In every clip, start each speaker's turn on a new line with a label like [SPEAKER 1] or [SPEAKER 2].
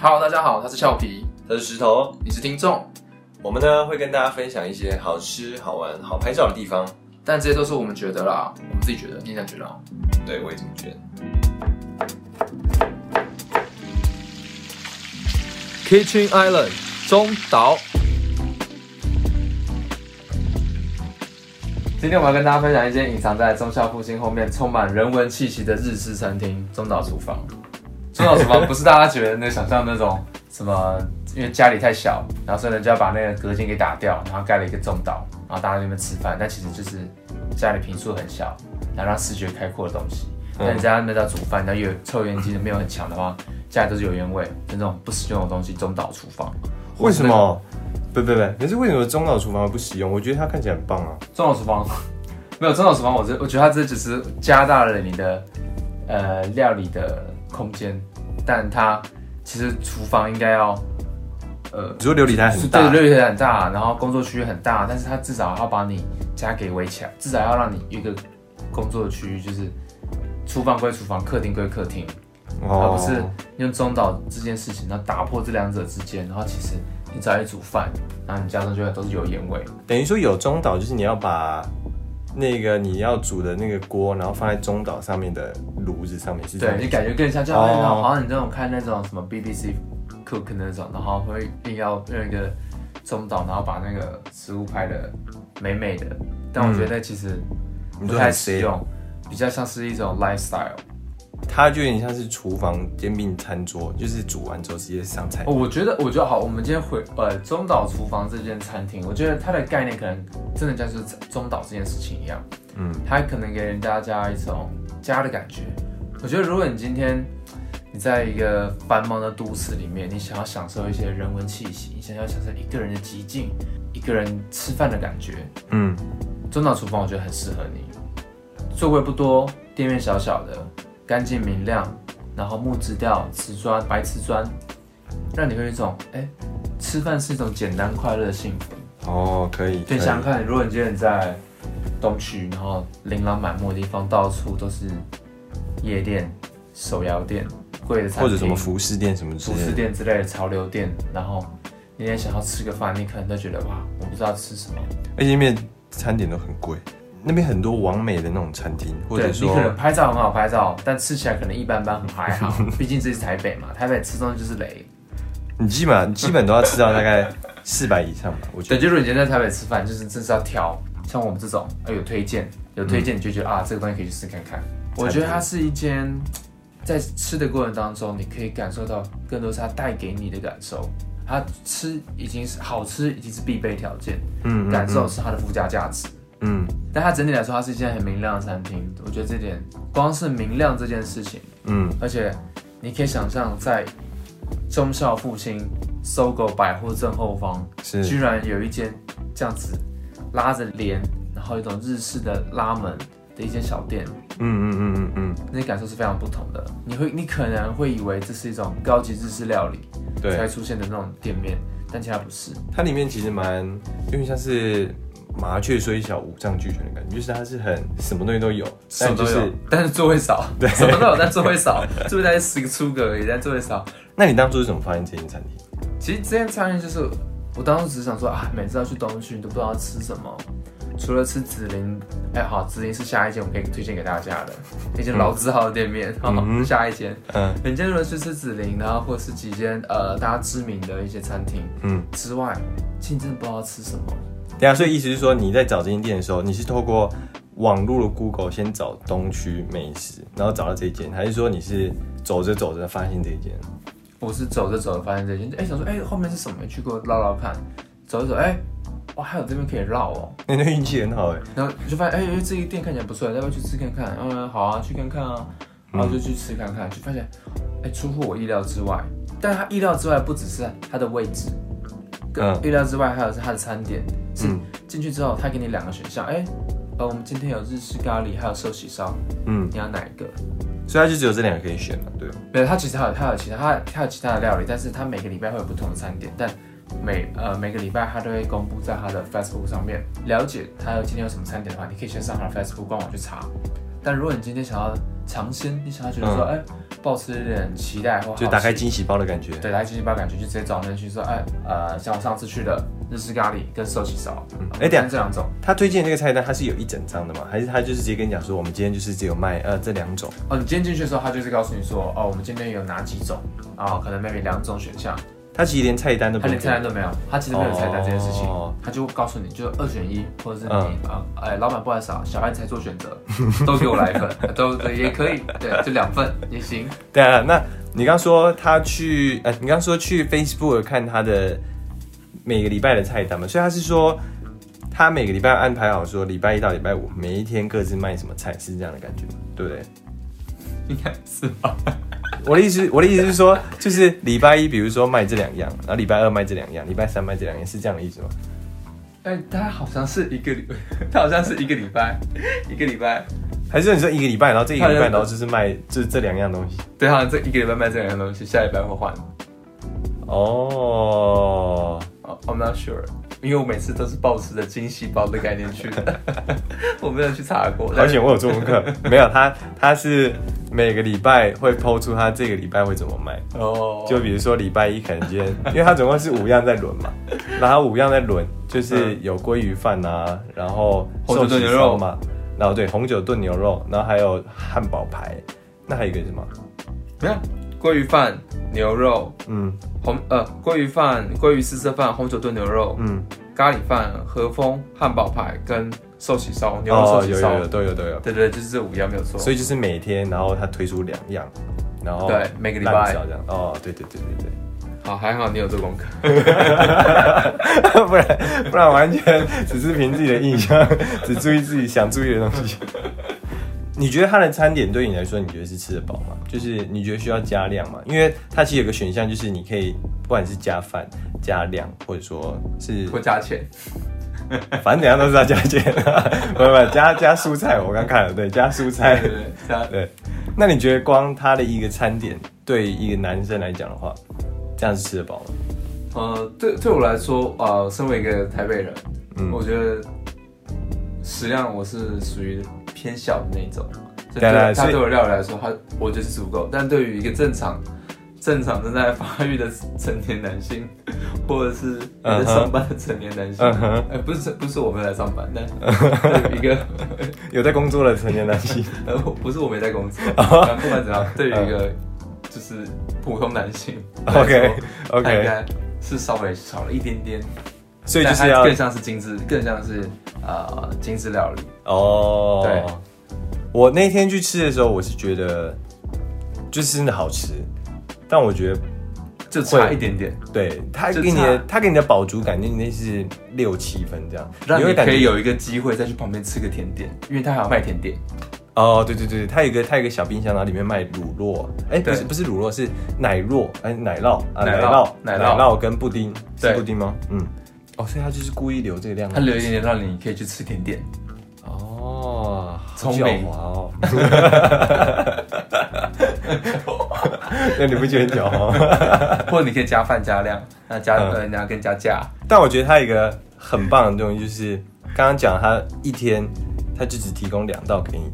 [SPEAKER 1] Hello，大家好，他是俏皮，
[SPEAKER 2] 他是石头。
[SPEAKER 1] 你是听众，
[SPEAKER 2] 我们呢会跟大家分享一些好吃、好玩、好拍照的地方。
[SPEAKER 1] 但这些都是我们觉得啦，我们自己觉得，你也这样觉得哦。
[SPEAKER 2] 对，我也这么觉得。Kitchen Island 中岛，
[SPEAKER 1] 今天我们要跟大家分享一间隐藏在中校复兴后面充满人文气息的日式餐厅——中岛厨房。中岛厨房不是大家觉得那想象那种什么，因为家里太小，然后所以人家把那个隔间给打掉，然后盖了一个中岛，然后大家在那边吃饭。但其实就是家里平数很小，然后让视觉开阔的东西。但你在那边在煮饭，那有抽油烟机没有很强的话，家里都是油烟味，就那种不实用的东西。中岛厨房，
[SPEAKER 2] 为什么？不不不，可是为什么中岛厨房不实用？我觉得它看起来很棒啊。
[SPEAKER 1] 中岛厨房 没有中岛厨房，我这我觉得它这只是加大了你的呃料理的空间，但它其实厨房应该要呃
[SPEAKER 2] 你说琉璃台很
[SPEAKER 1] 对
[SPEAKER 2] 大，
[SPEAKER 1] 料理很大，然后工作区域很大，但是它至少要把你家给围起来，至少要让你有一个工作区域，就是厨房归厨房，客厅归客厅，
[SPEAKER 2] 哦
[SPEAKER 1] 而不是用中岛这件事情，然后打破这两者之间，然后其实你只要一煮饭，然后你家中就会都是油烟味。
[SPEAKER 2] 等于说有中岛，就是你要把那个你要煮的那个锅，然后放在中岛上面的炉子上面，是这样
[SPEAKER 1] 对，就感觉更像就
[SPEAKER 2] 哦
[SPEAKER 1] 好像那种好像你这种看那种什么 BBC Cook 那种，然后会硬要用一个中岛，然后把那个食物拍的美美的，但我觉得其实
[SPEAKER 2] 嗯你
[SPEAKER 1] 不
[SPEAKER 2] 说
[SPEAKER 1] 太
[SPEAKER 2] 很
[SPEAKER 1] 实
[SPEAKER 2] C
[SPEAKER 1] 用，比较像是一种 lifestyle。
[SPEAKER 2] 它就有点像是厨房兼并餐桌，就是煮完之后直接上菜。
[SPEAKER 1] 哦，我觉得我觉得好，我们今天回呃中岛厨房这间餐厅，我觉得它的概念可能真的像是中岛这件事情一样，
[SPEAKER 2] 嗯，
[SPEAKER 1] 它可能给人大家一种家的感觉。我觉得如果你今天你在一个繁忙的都市里面，你想要享受一些人文气息，你想要享受一个人的寂静，一个人吃饭的感觉，
[SPEAKER 2] 嗯，
[SPEAKER 1] 中岛厨房我觉得很适合你。座位不多，店面小小的，干净明亮，然后木质调、瓷砖、白瓷砖，让你会有一种哎、吃饭是一种简单快乐的幸福。
[SPEAKER 2] 哦，可以，
[SPEAKER 1] 对，
[SPEAKER 2] 可以
[SPEAKER 1] 想想看，如果你今天在东区，然后琳琅满目的地方，到处都是夜店、手摇店、贵的餐厅，
[SPEAKER 2] 或者什么服饰店什么之
[SPEAKER 1] 服
[SPEAKER 2] 类
[SPEAKER 1] 饰
[SPEAKER 2] 的。
[SPEAKER 1] 店之类的潮流店，然后你也想要吃个饭，你可能都觉得哇，我不知道吃什么，
[SPEAKER 2] 而且那边餐点都很贵，那边很多完美的那种餐厅，或
[SPEAKER 1] 对
[SPEAKER 2] 者
[SPEAKER 1] 你可能
[SPEAKER 2] 说
[SPEAKER 1] 拍照很好拍照，但吃起来可能一般般，很还好， 毕竟这是台北嘛，台北吃东西就是雷。
[SPEAKER 2] 你基本基本都要吃到大概四百以上吧，我觉
[SPEAKER 1] 对，就如果你今天在台北吃饭，就是真是要挑，像我们这种，呃，有推荐，有推
[SPEAKER 2] 嗯
[SPEAKER 1] 荐，你就觉得、啊，这个东西可以去试看看。我觉得它是一间在吃的过程当中，你可以感受到更多是它带给你的感受。它吃已经是好吃，已经是必备条件，
[SPEAKER 2] 得，嗯
[SPEAKER 1] 感受是它的附加价值。
[SPEAKER 2] 嗯
[SPEAKER 1] 但它整体来说，它是一间很明亮的餐厅。我觉得这点，光是明亮这件事情，
[SPEAKER 2] 嗯，
[SPEAKER 1] 而且你可以想象，在中校复兴搜狗百货正后方，
[SPEAKER 2] 是
[SPEAKER 1] 居然有一间这样子拉着帘，然后一种日式的拉门的一间小店，
[SPEAKER 2] 嗯嗯嗯嗯
[SPEAKER 1] 那感受是非常不同的。你会，你可能会以为这是一种高级日式料理
[SPEAKER 2] 嗯，
[SPEAKER 1] 才
[SPEAKER 2] 对
[SPEAKER 1] 会，出现的那种店面，但其实它不是。
[SPEAKER 2] 它里面其实蛮有点像是麻雀虽小五脏俱全的感觉，就是它是很什么东西都有，
[SPEAKER 1] 什
[SPEAKER 2] 但
[SPEAKER 1] 么
[SPEAKER 2] 就
[SPEAKER 1] 都有
[SPEAKER 2] 是，
[SPEAKER 1] 但是座位少，对，什么都有，但座位少， 座位大概十个出个而已，但座位少。
[SPEAKER 2] 那你当初是怎么发现这间餐厅？
[SPEAKER 1] 其实这间餐厅就是我当时只是想说啊，每次要去东区，你都不知道吃什么，除了吃紫林，哎、好，紫林是下一间我可以推荐给大家的 一间老字号的店面，哈、
[SPEAKER 2] 嗯
[SPEAKER 1] 是下一间。
[SPEAKER 2] 嗯
[SPEAKER 1] 人家如果去吃紫林，然后或是几间呃大家知名的一些餐厅
[SPEAKER 2] 嗯。
[SPEAKER 1] 之外，其实你真的不知道吃什么。
[SPEAKER 2] 对啊，所以意思是说，你在找这间店的时候，你是透过网络的 Google 先找东区美食，然后找到这一间，还是说你是走着走着发现这一间？
[SPEAKER 1] 我是走着走着发现这间，哎、想说哎、后面是什么，去给我绕绕看，走着走，哎、哇还有这边可以绕哦，
[SPEAKER 2] 那那运气很好哎、
[SPEAKER 1] 然后就发现，哎、哎这个店看起来不错，要不要去吃看看？嗯，好啊，去看看啊，
[SPEAKER 2] 嗯
[SPEAKER 1] 然后就去吃看看，就发现，哎、出乎我意料之外。但它意料之外不只是它的位置，更
[SPEAKER 2] 嗯
[SPEAKER 1] 意料之外还有是它的餐点。是
[SPEAKER 2] 嗯
[SPEAKER 1] 进去之后，它给你两个选项，哎、呃，我们今天有日式咖喱，还有寿喜烧，
[SPEAKER 2] 嗯，
[SPEAKER 1] 你要哪一个？
[SPEAKER 2] 所以它就只有这两个可以选嘛，对。哦
[SPEAKER 1] 没有，它其实还有它有其他它它有其他的料理，但是它每个礼拜会有不同的餐点，但每呃每个礼拜它都会公布在它的 Facebook 上面。
[SPEAKER 2] 嗯
[SPEAKER 1] 了解它今天有什么餐点的话，你可以先上它的 Facebook 官网去查。但如果你今天想要尝鲜，你想要觉得说，哎、抱持一点期待或好奇
[SPEAKER 2] 嗯就打开惊喜包的感觉。
[SPEAKER 1] 对，来进行包感觉，就直接找那去说，哎，呃，像我上次去的日式咖喱跟寿喜烧，
[SPEAKER 2] 哎等一下
[SPEAKER 1] 看这两种
[SPEAKER 2] 他推荐这个菜单，它是有一整张的吗？还是他就是直接跟你讲说，我们今天就是只有卖呃这两种？
[SPEAKER 1] 哦，你今天进去的时候，他就是告诉你说，哦，我们今天有哪几种，啊、可能 maybe 两种选项，
[SPEAKER 2] 他其实连菜单都
[SPEAKER 1] 他
[SPEAKER 2] 不
[SPEAKER 1] 连
[SPEAKER 2] 给
[SPEAKER 1] 菜单都没有，他其实没有菜单这件事情，
[SPEAKER 2] 哦
[SPEAKER 1] 他就告诉你就二选一，或者是你
[SPEAKER 2] 嗯
[SPEAKER 1] 啊，哎、老板不好意思啊，小孩才做选择，都给我来一份， 都对也可以，对，就两份也行。
[SPEAKER 2] 对啊，那你刚说他去，呃，你刚说去 Facebook 看他的每个礼拜的菜单嘛，所以他是说他每个礼拜安排好说礼拜一到礼拜五每一天各自卖什么菜，是这样的感觉吗？对不对？
[SPEAKER 1] 应该是吧？
[SPEAKER 2] 我的意思，我的意思是说，就是礼拜一，比如说卖这两样，然后礼拜二卖这两样，礼拜三卖这两样，是这样的意思吗？
[SPEAKER 1] 哎、他好像是一个礼， 他好像是一个礼拜，一个礼拜，
[SPEAKER 2] 还是说你说一个礼拜，然后这一个礼拜，
[SPEAKER 1] 看
[SPEAKER 2] 然后就是卖就是这两样东西？
[SPEAKER 1] 对，好像这一个礼拜卖这两样东西，下礼拜会换。
[SPEAKER 2] 哦，
[SPEAKER 1] 哦 I'm not sure，因为我每次都是抱持着精细胞的概念去的， 我没有去查过。
[SPEAKER 2] 而且我有做功 课，没有他，他是每个礼拜会抛出他这个礼拜会怎么卖。
[SPEAKER 1] 哦，
[SPEAKER 2] 就比如说礼拜一可能今天，因为它总共是五样在轮嘛，然后五样在轮就是有鲑鱼饭啊，然后
[SPEAKER 1] 红酒炖牛肉
[SPEAKER 2] 寿喜烧嘛，然后对红酒炖牛肉，然后还有汉堡排，那还有一个是什么？
[SPEAKER 1] 没有鲑鱼饭、牛肉、
[SPEAKER 2] 嗯
[SPEAKER 1] 红呃鲑鱼饭、鲑鱼四色饭、红酒炖牛肉、
[SPEAKER 2] 嗯，
[SPEAKER 1] 咖喱饭、和风汉堡排跟寿喜烧、牛肉
[SPEAKER 2] 哦
[SPEAKER 1] 寿喜
[SPEAKER 2] 有
[SPEAKER 1] 烧。
[SPEAKER 2] 有有都有都有，
[SPEAKER 1] 对对，对就是这五样没有错。
[SPEAKER 2] 所以哦就是每天，然后它推出两样，然后
[SPEAKER 1] 对每个礼拜
[SPEAKER 2] 烂小这样，哦对对对对对。
[SPEAKER 1] 好，还好你有做功课。
[SPEAKER 2] 不然不然完全只是凭自己的印 象，只注意自己想注意的东西。你觉得它的餐点对你来说，你觉得是吃得饱吗？就是你觉得需要加量吗？因为它其实有个选项，就是你可以不管是加饭、加量，或者说是
[SPEAKER 1] 会加钱，
[SPEAKER 2] 反正怎样都是要加钱，啊 不不不加加蔬菜，我刚看了，对，加蔬菜
[SPEAKER 1] 对。对对，加
[SPEAKER 2] 对，那你觉得光它的一个餐点对一个男生来讲的话，这样是吃得饱吗？
[SPEAKER 1] 呃，对对我来说，呃，身为一个台北人，
[SPEAKER 2] 嗯
[SPEAKER 1] 我觉得食量我是属于偏小的那一种，所以
[SPEAKER 2] 对啦
[SPEAKER 1] 对
[SPEAKER 2] 所
[SPEAKER 1] 它
[SPEAKER 2] 以
[SPEAKER 1] 对我料理来说，它我觉得是足够。但对于一个正常、正常正在发育的成年男性， 或者是在
[SPEAKER 2] 嗯哼
[SPEAKER 1] 上班的成年男性，
[SPEAKER 2] 嗯哼
[SPEAKER 1] 呃，不是不是我们来上班， 但对于一个
[SPEAKER 2] 有在工作的成年男 性，
[SPEAKER 1] 呃不是我没在工 作，
[SPEAKER 2] 哦
[SPEAKER 1] 但不管怎样，对于一个就是普通男性来说
[SPEAKER 2] 嗯 OK，
[SPEAKER 1] 它
[SPEAKER 2] OK
[SPEAKER 1] 应该是稍微少了一点点。
[SPEAKER 2] 所以就是
[SPEAKER 1] 但它
[SPEAKER 2] 要
[SPEAKER 1] 更像是精致，更像是呃精致料理。
[SPEAKER 2] 哦，
[SPEAKER 1] 对，
[SPEAKER 2] 我那天去吃的时候，我是觉得就是真的好吃，但我觉得
[SPEAKER 1] 就差
[SPEAKER 2] 会
[SPEAKER 1] 一点点，
[SPEAKER 2] 对它
[SPEAKER 1] 就
[SPEAKER 2] 给你的
[SPEAKER 1] 差
[SPEAKER 2] 它给你的饱足感，应该是六七分这样，
[SPEAKER 1] 让
[SPEAKER 2] 会
[SPEAKER 1] 你
[SPEAKER 2] 感
[SPEAKER 1] 可
[SPEAKER 2] 觉
[SPEAKER 1] 以有一个机会再去旁边吃个甜点，因为它还有卖甜点，
[SPEAKER 2] 哦，对对对，它有一个它有一个小冰箱，然后里面卖乳酪，哎，不
[SPEAKER 1] 对
[SPEAKER 2] 是不是乳酪，是奶酪，哎，奶酪啊，
[SPEAKER 1] 奶酪
[SPEAKER 2] 酪
[SPEAKER 1] 奶
[SPEAKER 2] 奶
[SPEAKER 1] 酪
[SPEAKER 2] 酪跟布丁，是
[SPEAKER 1] 对
[SPEAKER 2] 布丁吗？嗯，哦，所以它就是故意留这个量，
[SPEAKER 1] 它留一点点让你可以去吃甜点。
[SPEAKER 2] 哦，好
[SPEAKER 1] 聪明
[SPEAKER 2] 狡猾 哦！那你不觉得很狡猾？
[SPEAKER 1] 或者你可以加饭加量，那加
[SPEAKER 2] 嗯
[SPEAKER 1] 呃，然后跟加价，
[SPEAKER 2] 但我觉得它有一个很棒的东西，就是刚刚讲它一天，它就只提供两道给你。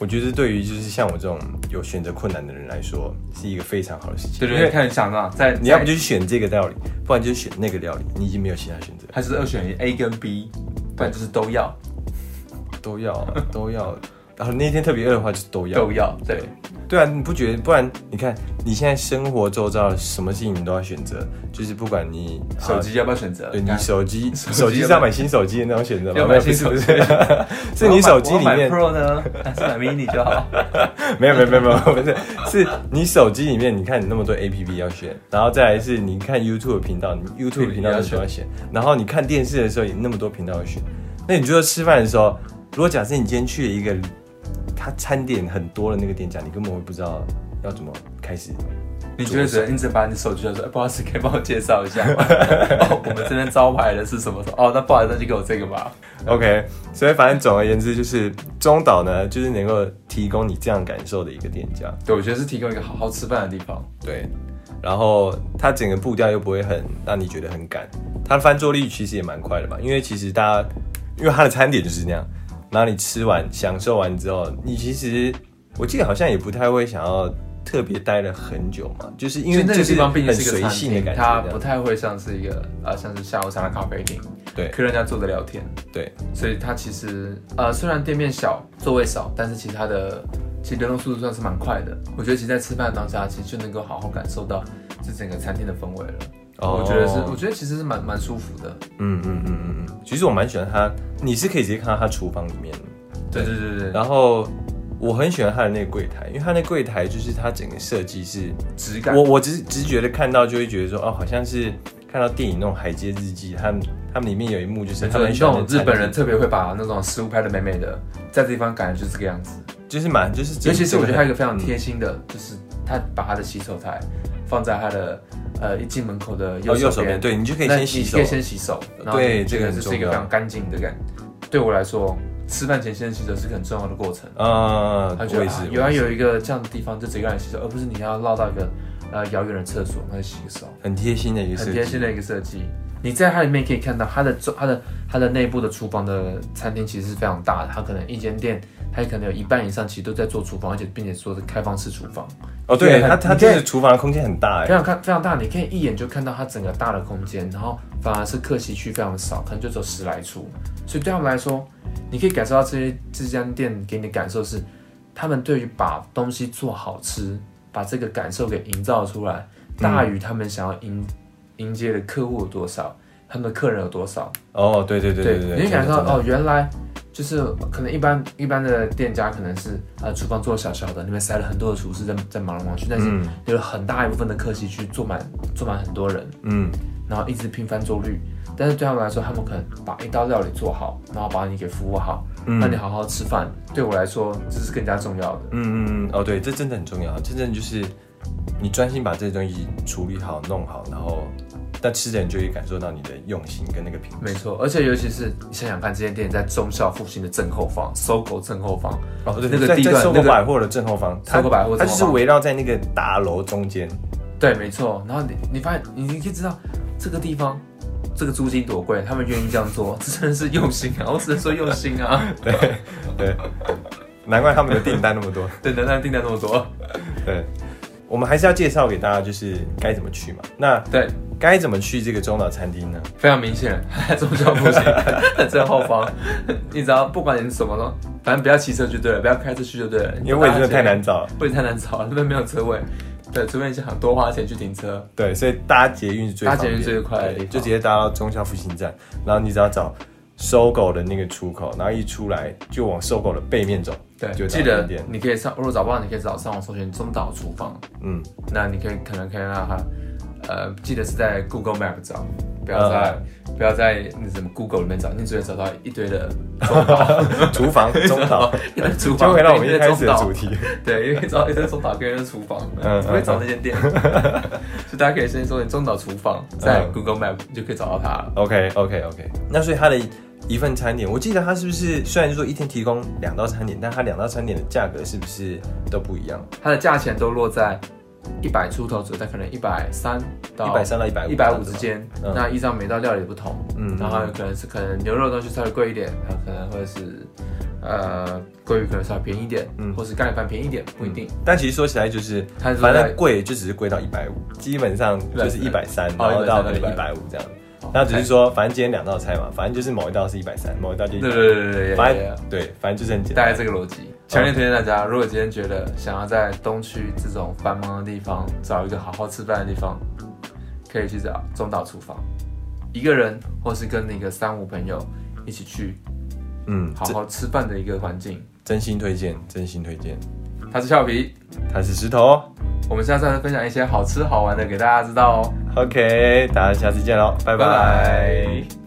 [SPEAKER 2] 我觉得对于就是像我这种有选择困难的人来说，是一个非常好的事情。
[SPEAKER 1] 对不
[SPEAKER 2] 因为
[SPEAKER 1] 对？看你想嘛，在
[SPEAKER 2] 你要不
[SPEAKER 1] 在
[SPEAKER 2] 就是选这个料理，不然就是选那个料理，你已经没有其他选择，
[SPEAKER 1] 它是二选一 A 跟 B，不然就是都要
[SPEAKER 2] 都要 都要。然后那天特别饿的话，就都要
[SPEAKER 1] 都要，对，
[SPEAKER 2] 对啊，你不觉得？不然你看，你现在生活周遭的什么事情你都要选择，就是不管你
[SPEAKER 1] 手、机要不要选择
[SPEAKER 2] 呃？对你手机，
[SPEAKER 1] 手机
[SPEAKER 2] 手机是要买新手机的那种选择吗？
[SPEAKER 1] 要买新手机
[SPEAKER 2] 没有不 是是你手机里
[SPEAKER 1] 我要买
[SPEAKER 2] 面
[SPEAKER 1] Pro 呢，还是买 Mini 就 好？
[SPEAKER 2] 没有没有没有没 有，不是，是你手机里面，你看你那么多 A P P 要选，然后再来是你看 YouTube 频道，你 YouTube 频道的时候要选，然后你看电视的时候也那么多频道要选，那你就说吃饭的时候，如果假设你今天去了一个它餐点很多的那个店家，你根本会不知道要怎么开始。
[SPEAKER 1] 你觉得只能一直把你手机说，哎，不好意思，可以帮我介绍一下吗？ 哦，我们这边招牌的是什么？哦，那不好意思，那就给我这个吧。
[SPEAKER 2] OK，所以反正总而言之，就是中岛呢，就是能够提供你这样感受的一个店家，
[SPEAKER 1] 对，我觉得是提供一个好好吃饭的地方。
[SPEAKER 2] 对。然后它整个步调又不会很让你觉得很赶，它的翻桌率其实也蛮快的吧，因为其实大家，因为它的餐点就是那样，然后你吃完享受完之后，你其实我记得好像也不太会想要特别待了很久嘛，就是因为
[SPEAKER 1] 那
[SPEAKER 2] 就
[SPEAKER 1] 个地
[SPEAKER 2] 是
[SPEAKER 1] 方毕竟
[SPEAKER 2] 很
[SPEAKER 1] 是一个
[SPEAKER 2] 随
[SPEAKER 1] 餐
[SPEAKER 2] 性的
[SPEAKER 1] 厅，
[SPEAKER 2] 感觉
[SPEAKER 1] 它
[SPEAKER 2] 这
[SPEAKER 1] 不
[SPEAKER 2] 样，
[SPEAKER 1] 太会像是一个呃像是下午茶的咖啡厅，
[SPEAKER 2] 对
[SPEAKER 1] 跟人家坐着聊天，
[SPEAKER 2] 对，
[SPEAKER 1] 所以它其实呃虽然店面小，座位少，但是其实它的其实流动速度算是蛮快的。我觉得其实在吃饭的当下，其实就能够好好感受到这整个餐厅的氛围了。我觉得
[SPEAKER 2] 哦
[SPEAKER 1] 是，我觉得其实是蛮蛮舒服的。
[SPEAKER 2] 嗯嗯嗯嗯嗯，其实我蛮喜欢他，你是可以直接看到他厨房里面的。
[SPEAKER 1] 对对对对，
[SPEAKER 2] 然后我很喜欢他的那个柜台，因为他那柜台就是他整个设计是，
[SPEAKER 1] 质感
[SPEAKER 2] 我我直直觉的看到就会觉得说，哦，好像是看到电影那种《海街日记》，他们他们里面有一幕就是他
[SPEAKER 1] 对，
[SPEAKER 2] 们
[SPEAKER 1] 那
[SPEAKER 2] 喜欢
[SPEAKER 1] 种日本人
[SPEAKER 2] 的餐
[SPEAKER 1] 特别会把那种食物拍的美美的，在这地方感觉就是这个样子。
[SPEAKER 2] 厅，就是蛮就是整
[SPEAKER 1] 尤其是我觉得他有一个非常
[SPEAKER 2] 嗯
[SPEAKER 1] 贴心的，就是他把他的洗手台放在他的呃一进门口的右
[SPEAKER 2] 哦
[SPEAKER 1] 手
[SPEAKER 2] 右手边，对你就可以
[SPEAKER 1] 那
[SPEAKER 2] 先洗手
[SPEAKER 1] 你可以，先洗手。然后
[SPEAKER 2] 对
[SPEAKER 1] 你
[SPEAKER 2] 这个
[SPEAKER 1] 觉得
[SPEAKER 2] 很
[SPEAKER 1] 这
[SPEAKER 2] 重
[SPEAKER 1] 是一个
[SPEAKER 2] 要
[SPEAKER 1] 非常干净的感觉。对我来说，吃饭前先洗手是个很重要的过程。
[SPEAKER 2] 啊，
[SPEAKER 1] 他觉
[SPEAKER 2] 我
[SPEAKER 1] 得啊
[SPEAKER 2] 也是，
[SPEAKER 1] 原
[SPEAKER 2] 我
[SPEAKER 1] 来
[SPEAKER 2] 也是
[SPEAKER 1] 有一个这样的地方，就整个人洗手，而不是你要绕到一个呃遥远的厕所那去洗手。
[SPEAKER 2] 很贴心的一个设计，
[SPEAKER 1] 很贴心的一个设计。你在它里面可以看到它的中它的它的内部的厨房的餐厅其实是非常大的，它可能一间店它可能有一半以上其实都在做厨房，而且并且说是开放式厨房，
[SPEAKER 2] 哦，对
[SPEAKER 1] 对
[SPEAKER 2] 他
[SPEAKER 1] 很
[SPEAKER 2] 他
[SPEAKER 1] 你可以
[SPEAKER 2] 这个厨房的空间很大
[SPEAKER 1] 非
[SPEAKER 2] 哎，
[SPEAKER 1] 常看非常大，你可以一眼就看到它整个大的空间，然后反而是客席区非常少，可能就只有十来处，所以对他们来说，你可以感受到这些这间店给你的感受是，他们对于把东西做好吃，把这个感受给营造出来，
[SPEAKER 2] 嗯
[SPEAKER 1] 大于他们想要迎迎接的客户有多少，他们的客人有多少。
[SPEAKER 2] 哦，对对对对对，
[SPEAKER 1] 你会感受
[SPEAKER 2] 真的
[SPEAKER 1] 到哦，原来就是可能一般一般的店家可能是呃厨房做小小的，里面塞了很多的厨师在在忙来忙去，但是
[SPEAKER 2] 嗯
[SPEAKER 1] 有很大一部分的客席区坐满坐满很多人，
[SPEAKER 2] 嗯，
[SPEAKER 1] 然后一直拼翻桌率。但是对他们来说，他们可能把一道料理做好，然后把你给服务好，
[SPEAKER 2] 嗯
[SPEAKER 1] 让你好好吃饭。对我来说，这是更加重要的。
[SPEAKER 2] 嗯嗯嗯，哦，对，这真的很重要，真正就是你专心把这些东西处理好、弄好，然后但吃的人就会感受到你的用心跟那个品
[SPEAKER 1] 没
[SPEAKER 2] 味。
[SPEAKER 1] 错，而且尤其是你想想看，这间店在中校复兴的正后方，搜狗正后方，
[SPEAKER 2] 哦，对，
[SPEAKER 1] 那个
[SPEAKER 2] 在
[SPEAKER 1] 地段
[SPEAKER 2] 在搜狗
[SPEAKER 1] 那个
[SPEAKER 2] 百货的正后方，它
[SPEAKER 1] 搜狗百货
[SPEAKER 2] 它
[SPEAKER 1] 正后方
[SPEAKER 2] 就是围绕在那个大楼中间。
[SPEAKER 1] 对，没错。然后你你发现，你你可以知道这个地方这个租金多贵，他们愿意这样做， 这真的是用心啊！我只能说用心啊。
[SPEAKER 2] 对，难怪他们的订单那么多。
[SPEAKER 1] 对，能量订单那么多，
[SPEAKER 2] 对，我们还是要介绍给大家，就是该怎么去嘛。那
[SPEAKER 1] 对，
[SPEAKER 2] 该怎么去这个中岛餐厅呢？
[SPEAKER 1] 非常明显， 在中交附近 正后方，你只要不管你是什么呢，反正不要骑车就对了，不要开车去就对了，
[SPEAKER 2] 因为位置真的太难，找了。
[SPEAKER 1] 位置太难找了，那边没有车位。对，除非你想多花钱去停车，
[SPEAKER 2] 对，所以搭捷运是最方便
[SPEAKER 1] 搭捷运最快的地
[SPEAKER 2] 对
[SPEAKER 1] 方
[SPEAKER 2] 就直接搭到中校复兴站，然后你只要找搜狗的那个出口，然后一出来就往搜狗的背面走，
[SPEAKER 1] 对，
[SPEAKER 2] 就
[SPEAKER 1] 记
[SPEAKER 2] 到那
[SPEAKER 1] 得
[SPEAKER 2] 边
[SPEAKER 1] 你可以上，如果找不到，你可以找上网搜寻中岛厨房，
[SPEAKER 2] 嗯，
[SPEAKER 1] 那你可以可能可以让他，呃，记得是在 Google Map 找，不要在、
[SPEAKER 2] 呃
[SPEAKER 1] 不要在那什么 Google 里面找，你只会找到一堆的中岛，
[SPEAKER 2] 厨 房 中岛，
[SPEAKER 1] 一堆厨
[SPEAKER 2] 就
[SPEAKER 1] 房，
[SPEAKER 2] 回到我们
[SPEAKER 1] 一堆
[SPEAKER 2] 一开始的主
[SPEAKER 1] 中岛，
[SPEAKER 2] 题，
[SPEAKER 1] 对，因为找一堆中岛跟一堆厨房，
[SPEAKER 2] 嗯
[SPEAKER 1] 不会找那间店， 所以大家可以先搜你中岛厨房，在
[SPEAKER 2] 嗯
[SPEAKER 1] Google Map 就可以找到它了。
[SPEAKER 2] OK OK OK，那所以它的一份餐点，我记得它是不是虽然说一天提供两道餐点，但它两道餐点的价格是不是都不一样？
[SPEAKER 1] 它的价钱都落在一百出头左右，但可能一百三到
[SPEAKER 2] 一百三到一百
[SPEAKER 1] 一百五之，间，
[SPEAKER 2] 嗯
[SPEAKER 1] 那依照每道料理不同，
[SPEAKER 2] 嗯
[SPEAKER 1] 然后有可能是可能牛肉的东西稍微贵一点，然后可能或者是呃鲑鱼可能稍微便宜一点，
[SPEAKER 2] 嗯
[SPEAKER 1] 或是咖喱饭便宜一点，不一定。
[SPEAKER 2] 但其实说起来就是，
[SPEAKER 1] 它是
[SPEAKER 2] 反
[SPEAKER 1] 在
[SPEAKER 2] 正贵就只是贵到一百五，基本上就是一百三，
[SPEAKER 1] 哦
[SPEAKER 2] 然后到可能一百五这样。那只是说，反正今天两道菜嘛，反正就是某一道是一百三，某一道就
[SPEAKER 1] 对对
[SPEAKER 2] 100
[SPEAKER 1] 对对对对
[SPEAKER 2] 反
[SPEAKER 1] 对
[SPEAKER 2] 正，对，反正就是很简
[SPEAKER 1] 大
[SPEAKER 2] 单。
[SPEAKER 1] 概这个逻辑。强烈推荐大家，如果今天觉得想要在东区这种繁忙的地方找一个好好吃饭的地方，可以去找中岛厨房，一个人或是跟那个三五朋友一起去
[SPEAKER 2] 嗯，
[SPEAKER 1] 好
[SPEAKER 2] 真
[SPEAKER 1] 好吃饭的一个环境。
[SPEAKER 2] 真心推荐，真心推荐。
[SPEAKER 1] 它是俏皮，
[SPEAKER 2] 它是石头
[SPEAKER 1] 我们下次再分享一些好吃好玩的给大家知道哦。
[SPEAKER 2] ，OK，大家下次见喽，拜
[SPEAKER 1] 拜
[SPEAKER 2] 拜
[SPEAKER 1] 拜